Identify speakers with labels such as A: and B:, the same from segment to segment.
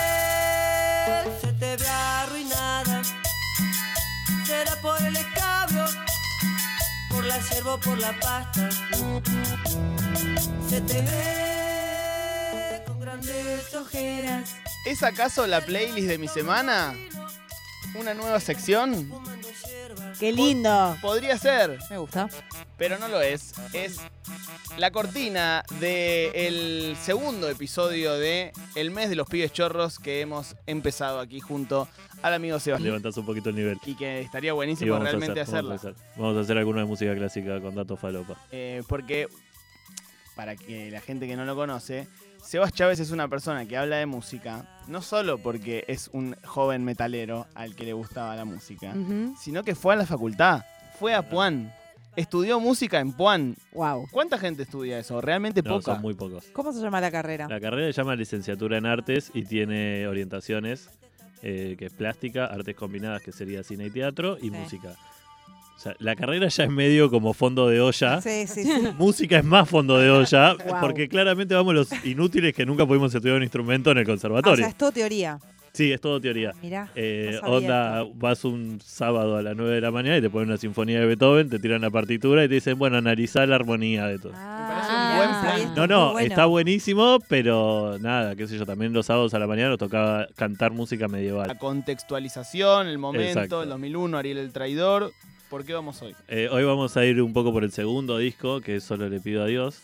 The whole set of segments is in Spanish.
A: Mabel se te ve arruinada. Será por el escabio, por la ciervo, por la pasta. Se te ve con grandes ojeras.
B: ¿Es acaso la playlist de mi semana? ¿Una nueva sección?
A: Fumando hierba.
C: Qué lindo.
B: Podría ser,
C: Me gusta.
B: pero no lo es. Es la cortina del segundo episodio de El mes de los pibes chorros que hemos empezado aquí junto al amigo Sebastián.
D: Levantás un poquito el nivel.
B: Y que estaría
D: Y
B: buenísimo
D: vamos a
B: realmente
D: hacer,
B: hacerla.
D: vamos a hacer. Vamos a hacer alguna de música clásica con datos falopa.
B: Eh, porque, para que la gente que no lo conoce, Sebas Chávez es una persona que habla de música, no solo porque es un joven metalero al que le gustaba la música, sino que fue a la facultad, fue a Puan, estudió música en Puan.
C: Wow.
B: ¿Cuánta gente estudia eso? Realmente
D: No,
B: poca.
D: son muy pocos.
C: ¿Cómo se llama la carrera?
D: La carrera se llama licenciatura en artes y tiene orientaciones eh, que es plástica, artes combinadas que sería cine y teatro y
C: Sí.
D: música. O sea, la carrera ya es medio como fondo de olla.
C: Sí, sí, sí.
D: Música es más fondo de olla,
C: Guau.
D: porque claramente vamos los inútiles que nunca pudimos estudiar un instrumento en el
C: Ah, o
D: conservatorio.
C: sea, es todo teoría.
D: Sí, es todo teoría.
C: Mirá.
D: Eh,
C: No sabía
D: onda, vas un sábado a las 9 de la mañana y te ponen una sinfonía de Beethoven, te tiran la partitura y te dicen, bueno, analizá la armonía de todo.
B: parece un buen
C: mirá,
B: plan.
C: esto
D: No,
C: es
D: no,
C: Ah, muy bueno.
D: está buenísimo, pero nada, qué sé yo, también los sábados a la mañana nos tocaba cantar música
B: La
D: medieval.
B: contextualización, el momento,
D: Exacto.
B: el 2001, Ariel el traidor. ¿Por qué vamos hoy?
D: Eh, hoy vamos a ir un poco por el segundo disco, que es solo le pido a Dios.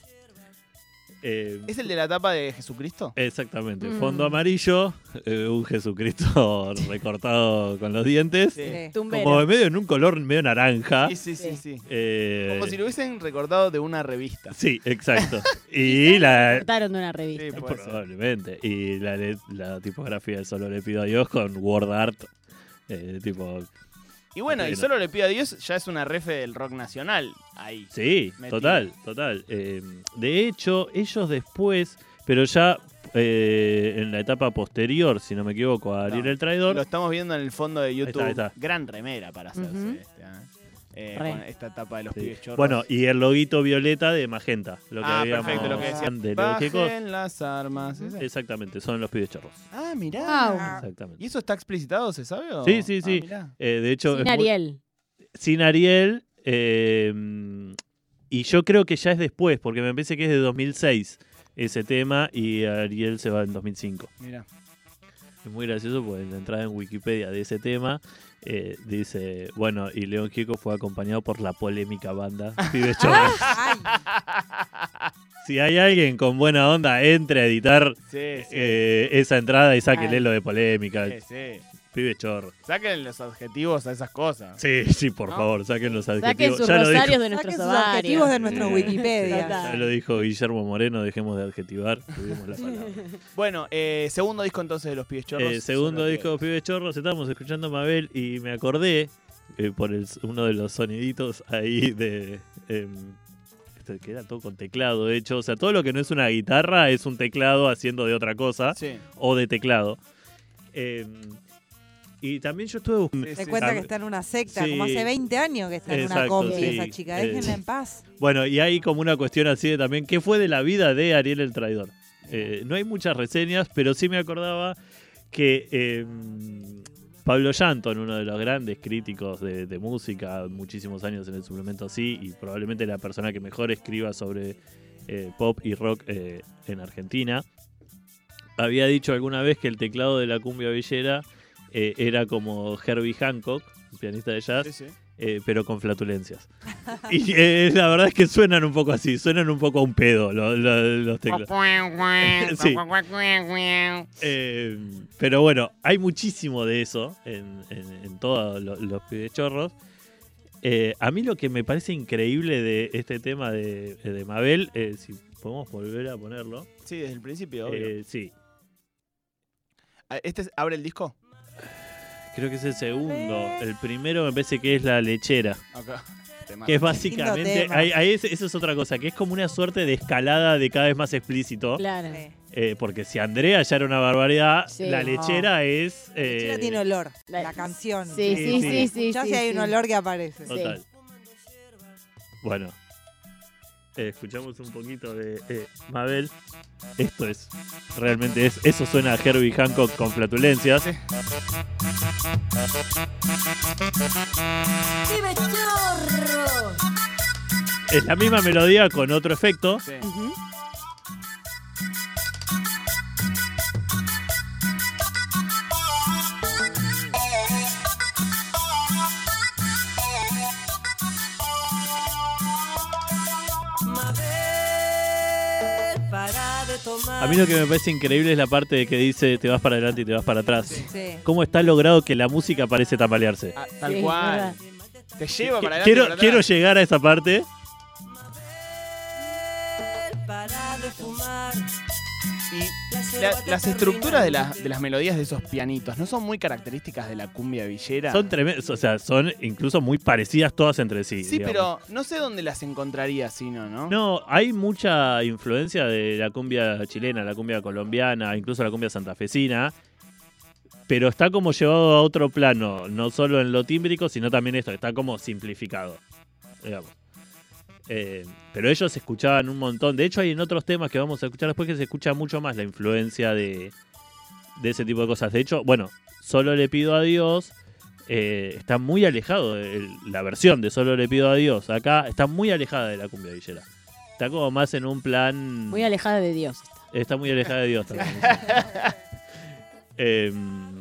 D: Eh,
B: ¿Es el de la tapa de Jesucristo?
D: Exactamente,
C: Mm.
D: fondo amarillo, eh, un Jesucristo recortado con los dientes,
C: Sí.
D: como medio en un color medio naranja.
B: Sí, sí, sí, sí.
D: ¿Ah? eh,
B: Como si lo hubiesen recortado de una revista.
D: Sí, exacto. y la,
E: Cortaron de una revista.
B: Sí, puede ser.
D: Probablemente. Y la, le- la tipografía de Solo le pido a Dios con Word Art. eh, tipo,
B: Y bueno, y
D: Bueno.
B: solo le pido a Dios, ya es una refe del rock nacional. Ahí.
D: sí,
B: Metido.
D: total, total. Eh, de hecho, ellos después, pero ya eh, en la etapa posterior, si no me equivoco, a Ariel
B: No,
D: el Traidor,
B: Lo estamos viendo en el fondo de YouTube.
D: Ahí está, ahí está.
B: Gran remera para hacerse
C: Ujú.
B: esta, ¿eh? Eh,
E: Re.
B: con esta etapa de los
D: sí.
B: pibes chorros.
D: Bueno, y el loguito violeta de Magenta, lo que
B: ah,
D: habíamos
B: perfecto, lo que decía.
D: de lo que co-
B: Bajen las armas. ¿esa?
D: Exactamente, son los pibes chorros.
B: Ah, mirá.
E: Au.
D: Exactamente.
B: ¿Y eso está explicitado, se sabe? o-
D: Sí, sí,
B: Ah,
D: sí.
B: mirá.
D: Eh, de hecho, es
E: Sin
D: muy-
E: Ariel.
D: sin Ariel. eh, y yo creo que ya es después, porque me parece que es de 2006 ese tema y Ariel se va en 2005.
B: mirá.
D: Es muy gracioso porque en la entrada en Wikipedia de ese tema eh, dice, bueno, y León Gieco fue acompañado por la polémica banda Pibes Chorros.
C: Ay,
D: si hay alguien con buena onda, entre a editar
B: Sí, sí.
D: eh, esa entrada y sáquenle
E: Ay.
D: lo de polémica.
B: sí, sí.
D: Pibes Chorros.
B: Saquen los adjetivos a esas cosas.
D: Sí, sí, por
B: ¿No?
D: favor, saquen los
E: Saquen
D: adjetivos.
E: sus
D: Ya lo dijo-
E: rosarios de
C: saquen
E: nuestros
C: sus adjetivos
E: ovarios.
C: de nuestro
D: Sí,
C: Wikipedia.
E: total.
D: Ya lo dijo Guillermo Moreno, dejemos de adjetivar, tuvimos la palabra.
B: Bueno, eh, segundo disco entonces de los pibes chorros.
D: Eh, segundo
B: Solo
D: disco de
B: Pibes.
D: Pibe Chorros, estábamos escuchando Mabel y me acordé eh, por el- uno de los soniditos ahí de... em, esto que era todo con teclado, de hecho. O sea, todo lo que no es una guitarra es un teclado haciendo de otra cosa
B: Sí.
D: o de teclado. Em, y también yo estuve buscando...
B: Sí,
C: Se
B: sí,
C: cuenta
B: sí.
C: que está en una secta,
D: Ah, Sí.
C: como hace 20 años que está en una
D: Exacto,
C: combi
D: sí.
C: esa chica.
D: Eh,
C: Déjenla en paz.
D: Bueno, y hay como una cuestión así de también, ¿qué fue de la vida de Ariel el Traidor? Eh, no hay muchas reseñas, pero sí me acordaba que eh, Pablo Yanton, uno de los grandes críticos de, de música, muchísimos años en el suplemento así, y probablemente la persona que mejor escriba sobre eh, pop y rock eh, en Argentina, había dicho alguna vez que el teclado de la cumbia villera eh, era como Herbie Hancock, un pianista de jazz,
B: Sí, sí.
D: eh, pero con flatulencias. y eh, la verdad es que suenan un poco así, suenan un poco a un pedo lo- lo- los teclados. Sí. Eh, pero bueno, hay muchísimo de eso en, en, en todos lo- los pibechorros. Eh, a mí lo que me parece increíble de este tema de, de Mabel, eh, si podemos volver a ponerlo,
B: Sí, desde el principio, obvio.
D: eh, sí,
B: Ah, ¿Este es- abre el disco?
D: creo que es el segundo. El primero me parece que es la lechera.
B: Acá. Temazo.
D: Que es básicamente.
C: tema.
D: ahí- ahí es- eso es otra cosa, que es como una suerte de escalada de cada vez más explícito.
E: Claro.
C: Sí.
D: Eh, porque si Andrea ya era una barbaridad,
E: Sí.
D: la lechera es.
C: La
D: eh,
C: lechera tiene olor,
E: la-
C: la, canción.
E: Sí,
D: sí, sí,
E: sí,
C: Ya
E: sí,
C: si hay
E: sí.
C: un olor que aparece.
E: Sí.
D: Total. Bueno. eh, escuchamos un poquito de eh, Mabel. Esto es, realmente es, eso suena a Herbie Hancock con flatulencias.
E: ¡Vive chorro!
D: Es la misma melodía con otro efecto.
B: Sí.
C: Ujú.
A: Mabel, para de tomar.
D: A mí lo que me parece increíble es la parte de que dice te vas para adelante y te vas para atrás.
C: Sí.
D: ¿Cómo está logrado que la música parece tambalearse?
B: Ah, tal
E: Sí,
B: cual.
E: es
B: Te lleva para adelante.
D: Quiero,
B: para atrás.
D: quiero llegar a esa parte.
A: Para de fumar.
B: Y la- las estructuras de, las- de las melodías de esos pianitos no son muy características de la cumbia villera.
D: Son tremendas, o sea, son incluso muy parecidas todas entre sí.
B: Sí,
D: digamos.
B: pero no sé dónde las encontraría, si no, ¿no?
D: No, hay mucha influencia de la cumbia chilena, la cumbia colombiana, incluso la cumbia santafesina, pero está como llevado a otro plano, no solo en lo tímbrico, sino también esto, está como simplificado, digamos. Eh, pero ellos escuchaban un montón, de hecho hay en otros temas que vamos a escuchar después que se escucha mucho más la influencia de, de ese tipo de cosas. De hecho, bueno, solo le pido a Dios. eh, está muy alejado, de- el- la versión de Solo le pido a Dios acá está muy alejada de la cumbia villera. Está como más en un plan.
E: Muy alejada de Dios. está.
D: está muy alejada de Dios también. Em,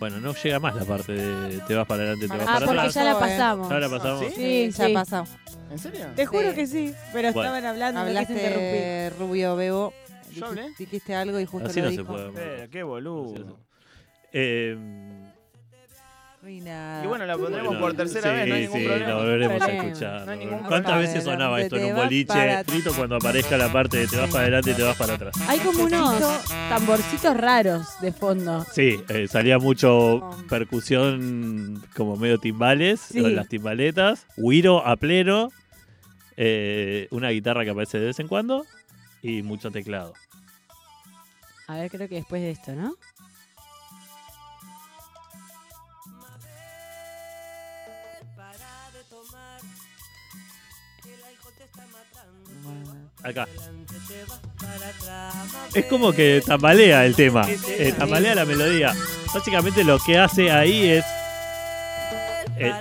D: bueno, no llega más la parte de te vas para adelante, te vas
E: Ah,
D: para
E: porque
D: atrás.
E: ya la pasamos.
D: Ya la pasamos.
B: ¿Sí?
E: Sí,
C: Eh, ya
E: sí.
C: pasó.
B: ¿En serio?
F: Te juro
C: Sí.
F: que sí, pero
D: Bueno.
F: estaban hablando, no quise interrumpir.
C: Hablaste Rubio Bebo.
B: Yo hablé.
C: dijiste- Dijiste algo y justo
D: Así
C: lo
D: no
C: dijo.
D: se puede.
B: Pero, qué
D: Así no
B: boludo.
D: Em,
C: Y nada.
B: Y bueno, la pondremos
D: bueno,
B: por tercera
D: sí,
B: vez, no hay ningún
D: sí,
B: problema.
D: la volveremos a
E: Problema.
D: escuchar.
B: No hay ningún
D: ¿Cuántas
C: problema.
D: veces sonaba esto en
C: Te
D: un
C: vas
D: boliche?
C: para-
D: Escrito cuando aparezca la parte de te vas
C: Sí.
D: para adelante y te vas para atrás.
E: Hay como unos tamborcitos raros de fondo.
D: Sí, eh, salía mucho percusión como medio timbales,
E: Sí.
D: lo de las timbaletas, huiro a pleno, eh, una guitarra que aparece de vez en cuando y mucho teclado.
E: A ver, creo que después de esto, ¿no?
A: Para de tomar. Que el alcohol te está matando.
D: Acá.
A: Adelante te vas para atrás.
D: Es como que tambalea el tema, eh, tambalea la melodía. Básicamente lo que hace ahí es... eh,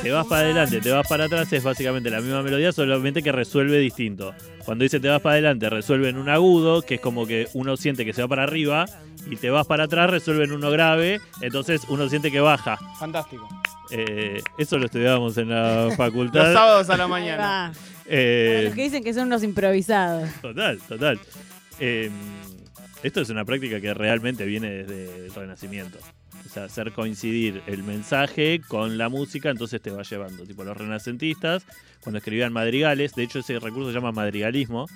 D: te vas para adelante, te vas para atrás, es básicamente la misma melodía, solamente que resuelve distinto. Cuando dice te vas para adelante, resuelve en un agudo, que es como que uno siente que se va para arriba, y te vas para atrás, resuelve en uno grave, entonces uno siente que baja.
B: Fantástico.
D: Eh, eso lo estudiábamos en la
B: Los
D: facultad.
B: sábados a la mañana.
E: Ahí va. Para
D: Eh,
E: los que dicen que son unos improvisados.
D: total, total. Eh, esto es una práctica que realmente viene desde el Renacimiento. O sea, hacer coincidir el mensaje con la música, entonces te va llevando. Tipo, los renacentistas, cuando escribían madrigales, de hecho ese recurso se llama madrigalismo,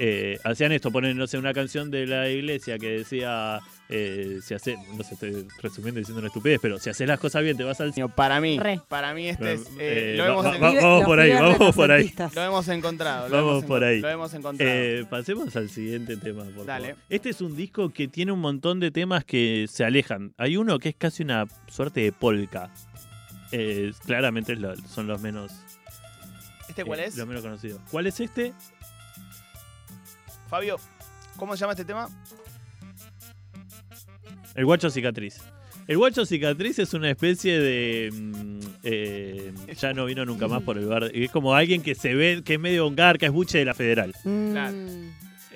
D: eh, hacían esto, ponen, no sé, una canción de la iglesia que decía, eh, si hace, no sé, estoy resumiendo y diciendo una estupidez, pero si haces las cosas bien te vas al...
B: Para mí,
E: Re.
B: para mí este es... eh,
D: Eh,
B: lo,
D: va-
B: hemos
D: va-
B: en-
D: va-
C: Vive-
D: vamos
C: los
D: por ahí,
C: pibes
D: vamos por ahí.
C: renacentistas.
B: lo hemos encontrado. lo
D: Vamos
B: hemos
D: por
B: encon-
D: ahí.
B: Lo hemos encontrado.
D: Eh, pasemos al siguiente tema, por
B: Dale.
D: favor. Este es un disco que tiene un montón de temas que se alejan. Hay uno que es casi una suerte de polka. Eh, claramente es lo- son los menos,
B: ¿Este cuál
D: eh,
B: es?
D: los menos conocidos. ¿Cuál es este?
B: Fabio, ¿cómo se llama este tema?
D: El guacho cicatriz. El guacho cicatriz es una especie de. mm, eh, ya no vino nunca más por el bar. Es como alguien que se ve, que es medio hongar, que es buche de la federal.
B: Claro.
E: Mm.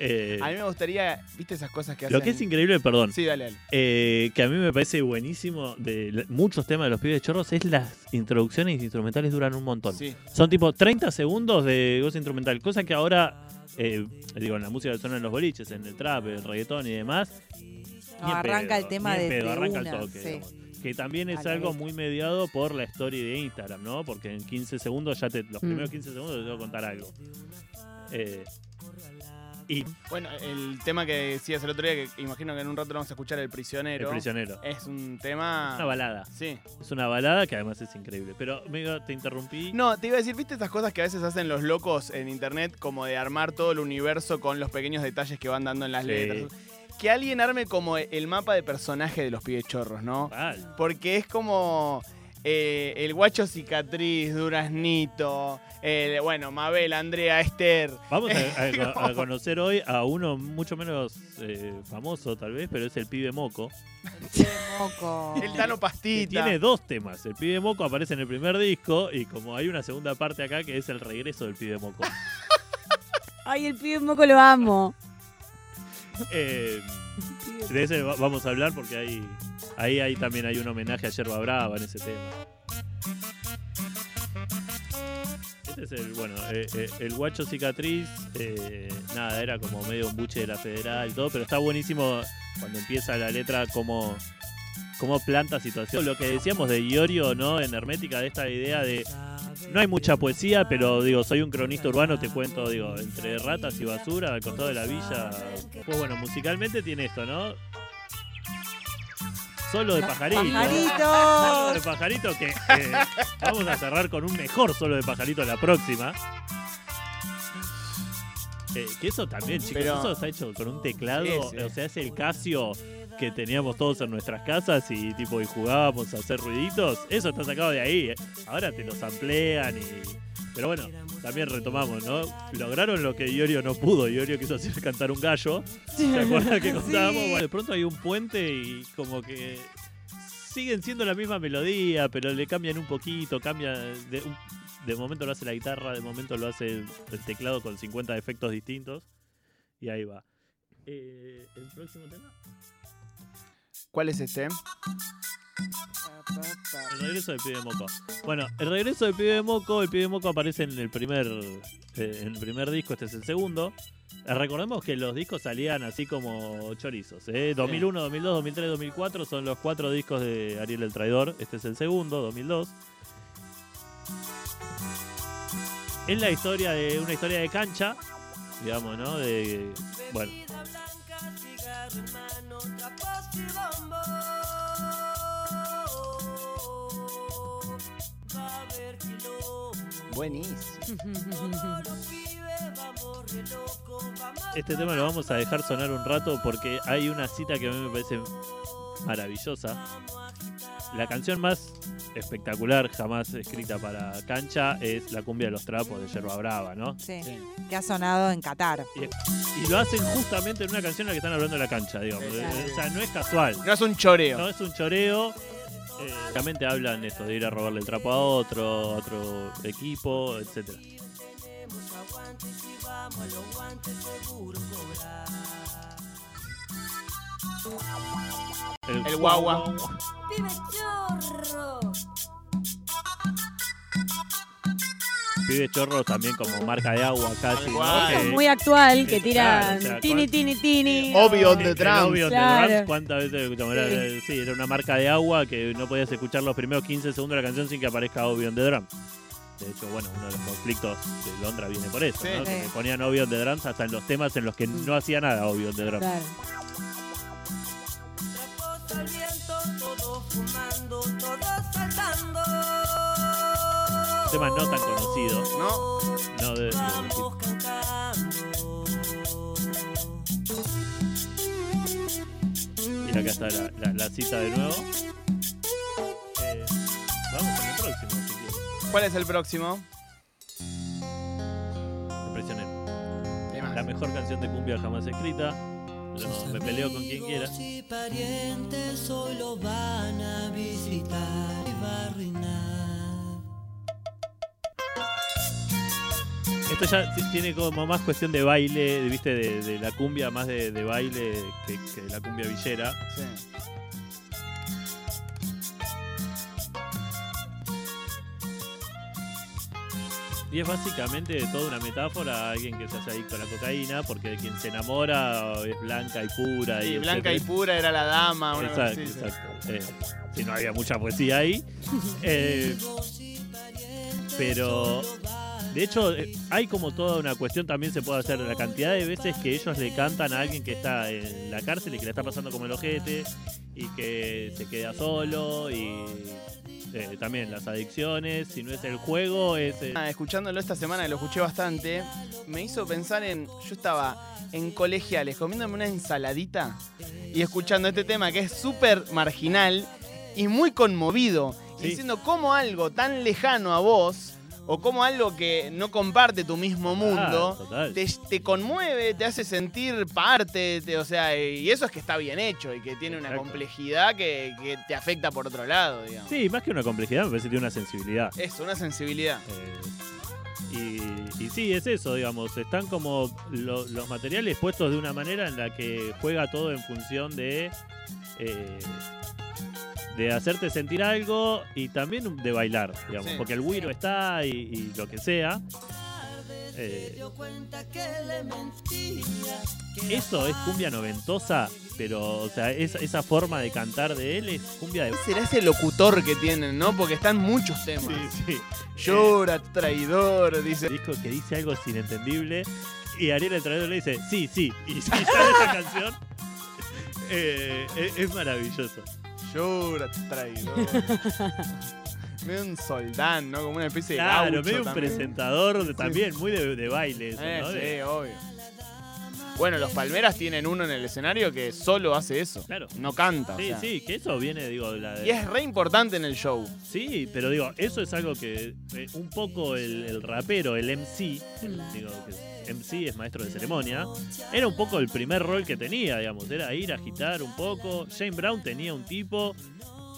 D: Eh,
B: A mí me gustaría, ¿viste esas cosas que hacen?
D: lo que es increíble, perdón.
B: Sí, dale, dale.
D: eh, que a mí me parece buenísimo de la- muchos temas de los pibes chorros es las introducciones instrumentales duran un montón.
B: Sí.
D: Son tipo 30 segundos de voz instrumental, cosa que ahora, eh, digo, en la música que suena en los boliches, en el trap, el reggaetón y demás.
C: No,
D: ni en
C: arranca el
D: pedo,
C: tema
D: ni en
C: de-
D: pedo,
C: de
D: arranca
C: una,
D: el toque.
C: sí.
D: digamos. Que también es
C: A la
D: algo
C: letra.
D: muy mediado por la story de Instagram, ¿no? Porque en 15 segundos ya te, los
E: Mm.
D: primeros 15 segundos te tengo que contar algo. Eh, y
B: Bueno, el tema que decías el otro día, que imagino que en un rato lo vamos a escuchar, El
D: el
B: Prisionero.
D: prisionero. Ah,
B: Es un tema...
D: Una balada.
B: Sí.
D: Es una balada que además es increíble. Pero, amigo, te interrumpí.
B: No, te iba a decir, ¿viste estas cosas que a veces hacen los locos en internet? Como de armar todo el universo con los pequeños detalles que van dando en las
D: Sí.
B: letras. Que alguien arme como el mapa de personaje de los pibes chorros, ¿no?
D: Mal.
B: Porque es como. eh, el guacho cicatriz, Duraznito, el, bueno, Mabel, Andrea, Esther.
D: Vamos a, a- a conocer hoy a uno mucho menos eh, famoso, tal vez, pero es el pibe Moco.
C: Moco.
B: El Tano
D: Y
B: Pastita.
D: Oh. tiene dos temas. El pibe Moco aparece en el primer disco y como hay una segunda parte acá que es el regreso del pibe Moco.
E: Ay, el pibe moco lo amo.
D: Eh, de ese va- vamos a hablar porque hay, ahí, ahí también hay un homenaje a Yerba Brava en ese tema. Este es el, bueno, eh, eh, el guacho cicatriz, eh, nada, era como medio un buche de la federal y todo, pero está buenísimo cuando empieza la letra como, como planta situación. Lo que decíamos de Iorio, ¿no? En Hermética, de esta idea de no hay mucha poesía, pero digo, soy un cronista urbano, te cuento, digo, entre ratas y basura, al costado de la villa. Pues bueno, musicalmente tiene esto, ¿no? Solo de pajarito. Solo de
C: Pajaritos.
D: pajarito que eh, vamos a cerrar con un mejor solo de pajarito la próxima. Eh, que eso también, chicos,
B: Pero-
D: eso está hecho con un teclado,
B: Sí, sí.
D: o sea, es el Casio que teníamos todos en nuestras casas y tipo y jugábamos a hacer ruiditos, eso está sacado de ahí. eh. Ahora te los amplian y pero bueno, también retomamos, ¿no? Lograron lo que Iorio no pudo. Iorio quiso hacer cantar un gallo. ¿Se acuerdan que contábamos? Bueno, de pronto hay un puente y como que siguen siendo la misma melodía, pero le cambian un poquito, cambia de, un- de momento lo hace la guitarra, de momento lo hace el, el teclado con 50 efectos distintos. Y ahí va. Eh, ¿El próximo tema?
B: ¿Cuál es este?
D: El regreso del pibe Moco. Bueno, el regreso del pibe Moco, el pibe Moco aparece en el primer, eh, en el primer disco, este es el segundo. Eh, Recordemos que los discos salían así como chorizos. ¿eh? 2001, 2002, 2003, 2004 son los cuatro discos de Ariel el Traidor. Este es el segundo, 2002. Es la historia de una historia de cancha, digamos, ¿no? De, bueno,
B: Buenísimo.
D: Este tema lo vamos a dejar sonar un rato porque hay una cita que a mí me parece maravillosa. La canción más espectacular jamás escrita para cancha es La cumbia de los trapos de Yerba Brava, ¿no?
C: Sí,
B: Sí.
C: que ha sonado en Qatar.
D: Y lo hacen justamente en una canción en la que están hablando de la cancha, digamos. O sea, no es casual.
B: No es un choreo.
D: No es un choreo. Eh, Realmente hablan esto de ir a robarle el trapo a otro, a otro equipo, etcétera.
B: El guagua.
F: Pibe chorro.
D: Pibe chorro también como marca de agua casi. ¿no?
B: cual.
D: Que-
E: Muy actual, que
D: Sí, claro,
E: tiran
D: o sea,
E: tini,
D: con-
E: tini, tini.
B: Obvio, on the
D: El
B: drums.
D: obvio de
E: Claro.
D: Drums, ¿cuántas veces lo escuchamos? Era, eh, sí, era una marca de agua que no podías escuchar los primeros 15 segundos de la canción sin que aparezca Obvio de Drums. De hecho, bueno, uno de los conflictos de Londra viene por eso,
B: Sí.
D: ¿no? Que
C: Sí.
D: ponían Obvio de Drums hasta en los temas en los que no hacía nada Obvio de Drums.
E: Claro.
A: Trapos al viento, todos fumando, todos saltando.
D: Temas no tan conocidos.
B: No,
D: No de- de-
A: Vamos cantando.
D: mira, acá está la, la- la cita de nuevo. Eh, vamos con el próximo, si quieres.
B: ¿cuál es el próximo?
D: El prisionero.
B: Temazo.
D: La mejor canción de cumbia jamás escrita. Yo me peleo con quien quiera.
A: Amigos y parientes hoy lo van a visitar y va a arruinar.
D: Esto ya t- tiene como más cuestión de baile, viste, de, de la cumbia, más de, de baile que, que de la cumbia villera.
B: Sí.
D: Y es básicamente toda una metáfora a alguien que se hace adicto a la cocaína, porque de quien se enamora es blanca y pura.
B: Sí,
D: y
B: Blanca y
D: etcétera.
B: pura era la dama. Una cosa
D: Exacto,
B: así, sí.
D: exacto. Eh, sí, no había mucha poesía ahí. Eh, pero, de hecho, eh, hay como toda una cuestión también se puede hacer. La cantidad de veces que ellos le cantan a alguien que está en la cárcel y que la está pasando como el ojete y que se queda solo y eh, también las adicciones. Si no es el juego, es... el-
B: Ah, Escuchándolo esta semana, que lo escuché bastante, me hizo pensar en. Yo estaba en colegiales comiéndome una ensaladita y escuchando este tema que es súper marginal y muy conmovido.
D: Sí.
B: diciendo cómo algo tan lejano a vos o cómo algo que no comparte tu mismo
D: Ah,
B: mundo
D: total.
B: te, te conmueve, te hace sentir parte, te- o sea, y eso es que está bien hecho y que tiene una
D: Exacto.
B: complejidad que, que te afecta por otro lado, digamos.
D: Sí, más que una complejidad, me parece que tiene una sensibilidad.
B: Es una sensibilidad.
D: Eh, y, y sí, es eso, digamos. Están como lo- los materiales puestos de una manera en la que juega todo en función de. eh, de hacerte sentir algo y también de bailar, digamos.
B: Sí.
D: Porque el güiro está y, y lo que sea. Eh, eso es cumbia noventosa, pero, o sea, es- esa forma de cantar de él es cumbia de.
B: ¿Qué será ese locutor que tienen, no? Porque están muchos temas.
D: sí.
B: Llora, traidor, dice.
D: este disco que dice algo es inentendible y Ariel el traidor le dice sí, sí, y si sale esa canción eh, es, es maravilloso.
B: Llora, traidor. medio un soldán, ¿no? Como una especie de
D: claro,
B: gaucho
D: medio un
B: también.
D: presentador de- también, muy de, de baile eso,
B: Eh,
D: ¿no?
B: sí,
D: De-
B: obvio. Bueno, los Palmeras tienen uno en el escenario que solo hace eso.
D: Claro.
B: No canta. o
D: Sí,
B: sea.
D: sí, que eso viene, digo, de la de-
B: Y es re importante en el show.
D: Sí, pero digo, eso es algo que eh, un poco el, el rapero, el MC, el- digo, que MC es maestro de ceremonia, era un poco el primer rol que tenía, digamos, era ir a agitar un poco. Jane Brown tenía un tipo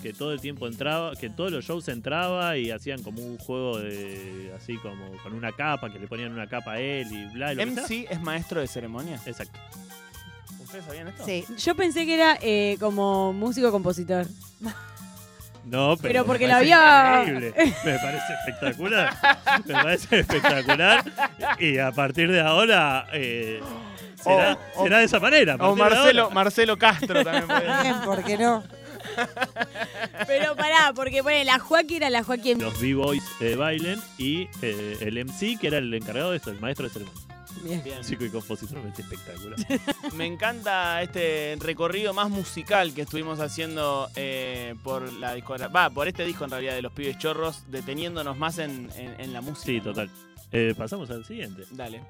D: que todo el tiempo entraba, que en todos los shows entraba y hacían como un juego de así como con una capa, que le ponían una capa a él y bla, y lo que sea.
B: ¿MC es maestro de ceremonia?
D: Exacto.
B: ¿Ustedes sabían esto?
C: Sí.
E: Yo pensé que era eh, como músico-compositor.
D: No, pero.
E: Pero
D: me
E: porque la
D: parece
E: había-
D: increíble. Me parece espectacular. Me parece espectacular. Y a partir de ahora. eh, será,
B: O- o-
D: será de esa manera. a
B: O
D: partir de
B: Marcelo,
D: ahora.
B: Marcelo Castro también. podía ser.
C: Bien, ¿por qué no?
E: Pero pará, porque pone la Joaquín era la Joaquín.
D: Los B-Boys eh, bailen y eh, el MC, que era el encargado de esto, el maestro de ceremonia.
B: Bien.
D: Chico y compositor, me parece espectacular.
B: Me encanta este recorrido más musical que estuvimos haciendo eh, por la discogra- Va, por este disco en realidad de los pibes chorros, deteniéndonos más en, en- en la música.
D: Sí,
B: ¿no?
D: total. Eh, pasamos al siguiente.
B: Dale,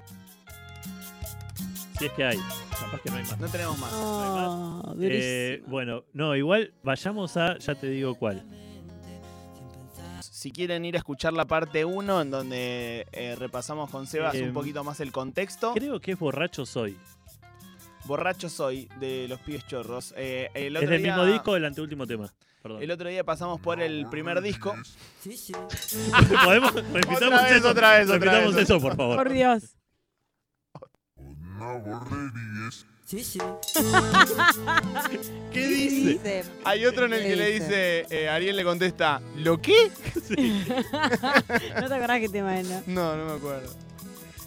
D: Si es que hay. Capaz que no hay más.
B: no tenemos más.
E: Oh, durísimo.
D: Eh, bueno, no, igual vayamos a. Ya te digo cuál.
B: Si quieren ir a escuchar la parte 1, en donde eh, repasamos con Sebas
D: Eh,
B: un poquito más el contexto.
D: Creo que es Borracho Soy.
B: Borracho soy de los pibes chorros. Eh, el
D: Es
B: otro
D: del
B: día-
D: mismo disco del anteúltimo tema. Perdón.
B: El otro día pasamos por el primer disco.
D: ¿Podemos? Repitamos
B: Otra vez,
D: eso.
B: otra vez, otra
D: repitamos
B: vez.
D: eso, por favor.
E: Por Dios.
D: ¿Qué
C: Dice.
B: Hay otro en el que le dice, eh, Ariel le contesta, ¿lo qué?
E: No te acordás qué tema era.
B: No, no me acuerdo.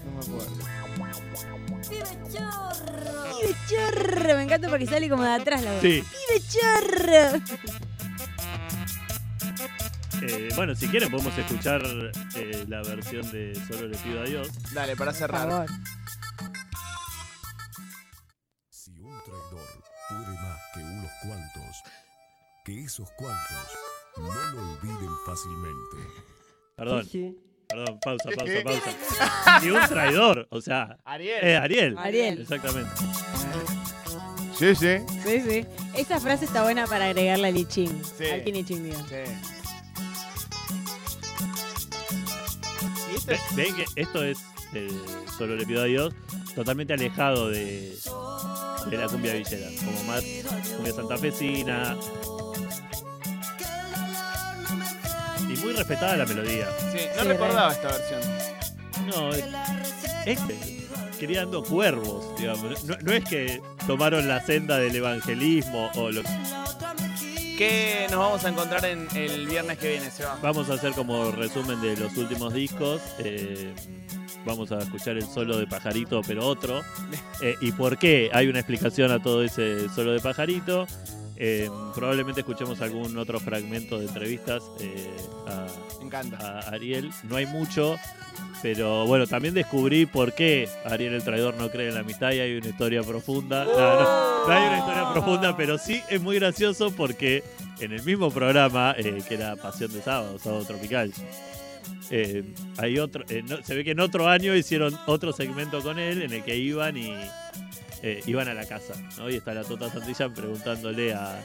B: No me acuerdo.
F: Pibe chorro.
E: ¡Pibe chorro! Me encanta porque sale como de atrás la voz.
D: Sí.
E: ¡Pibe chorro!
D: Eh, bueno, si quieren podemos escuchar eh, la versión de Solo le pido a Dios.
B: Dale, para
C: Por
B: cerrar.
C: favor.
G: Si un traidor puede más que unos cuantos, que esos cuantos no lo olviden fácilmente.
D: Perdón, perdón, pausa, pausa,
F: Pibe
D: pausa.
F: chorro.
D: Y un traidor, o sea,
B: Ariel.
D: eh, Ariel.
E: Ariel.
D: Exactamente.
B: Sí, sí.
E: Sí, sí. Esta frase está buena para agregarla al Iching.
B: Sí.
E: Al Kin Iching, digo.
B: Y este? esto
D: Ve-
B: es-
D: Ven que esto es eh, Solo le pido a Dios, totalmente alejado de, de la cumbia villera. Como más cumbia santafesina. Y muy respetada la melodía.
B: sí, no
E: Sí,
B: recordaba esta versión.
D: No, es- este, criando cuervos, digamos. No, no es que tomaron la senda del evangelismo o lo
B: ¿Qué nos vamos a encontrar en el viernes que viene, Seba?
D: Vamos a hacer como resumen de los últimos discos. eh, vamos a escuchar el solo de pajarito, pero otro. Eh, ¿Y por qué? Hay una explicación a todo ese solo de pajarito. Eh, probablemente escuchemos algún otro fragmento de entrevistas eh, a,
B: Me encanta.
D: a Ariel. No hay mucho, pero bueno, también descubrí por qué Ariel el traidor no cree en la amistad y hay una historia profunda. No, no, no hay una historia profunda, pero sí es muy gracioso porque en el mismo programa, eh, que era Pasión de Sábado, Sábado Tropical, eh, hay otro, eh, no- se ve que en otro año hicieron otro segmento con él en el que iban y eh, iban a la casa, ¿no? Y está la Tota Santillán preguntándole a,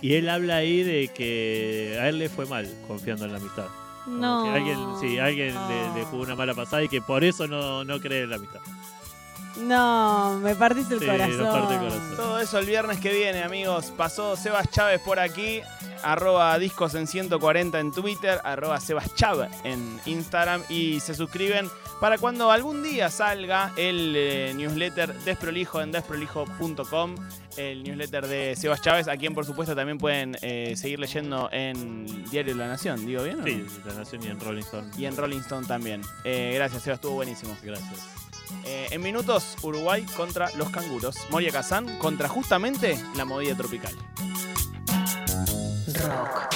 D: Y él habla ahí de que a él le fue mal confiando en la amistad. Como
E: No.
D: que alguien, sí, alguien
E: No.
D: le, le jugó una mala pasada y que por eso no, no cree en la amistad.
E: No, me partiste el
D: Sí, nos
E: corazón.
D: parte el corazón.
B: Todo eso el viernes que viene, amigos. Pasó Sebas Chávez por aquí. Arroba discos en 140 en Twitter. Arroba Sebas Chav en Instagram. Y se suscriben para cuando algún día salga el eh, newsletter Desprolijo en desprolijo.com. El newsletter de Sebas Chávez, a quien por supuesto también pueden eh, seguir leyendo en Diario de la Nación. ¿Digo bien? o no?
D: Sí, la nación y en Rolling Stone.
B: Y en Rolling Stone también. Eh, gracias, Sebas, estuvo buenísimo.
D: Gracias.
B: Eh, en minutos, Uruguay contra los canguros. Moria Kazán contra justamente la movida tropical.
F: Rock.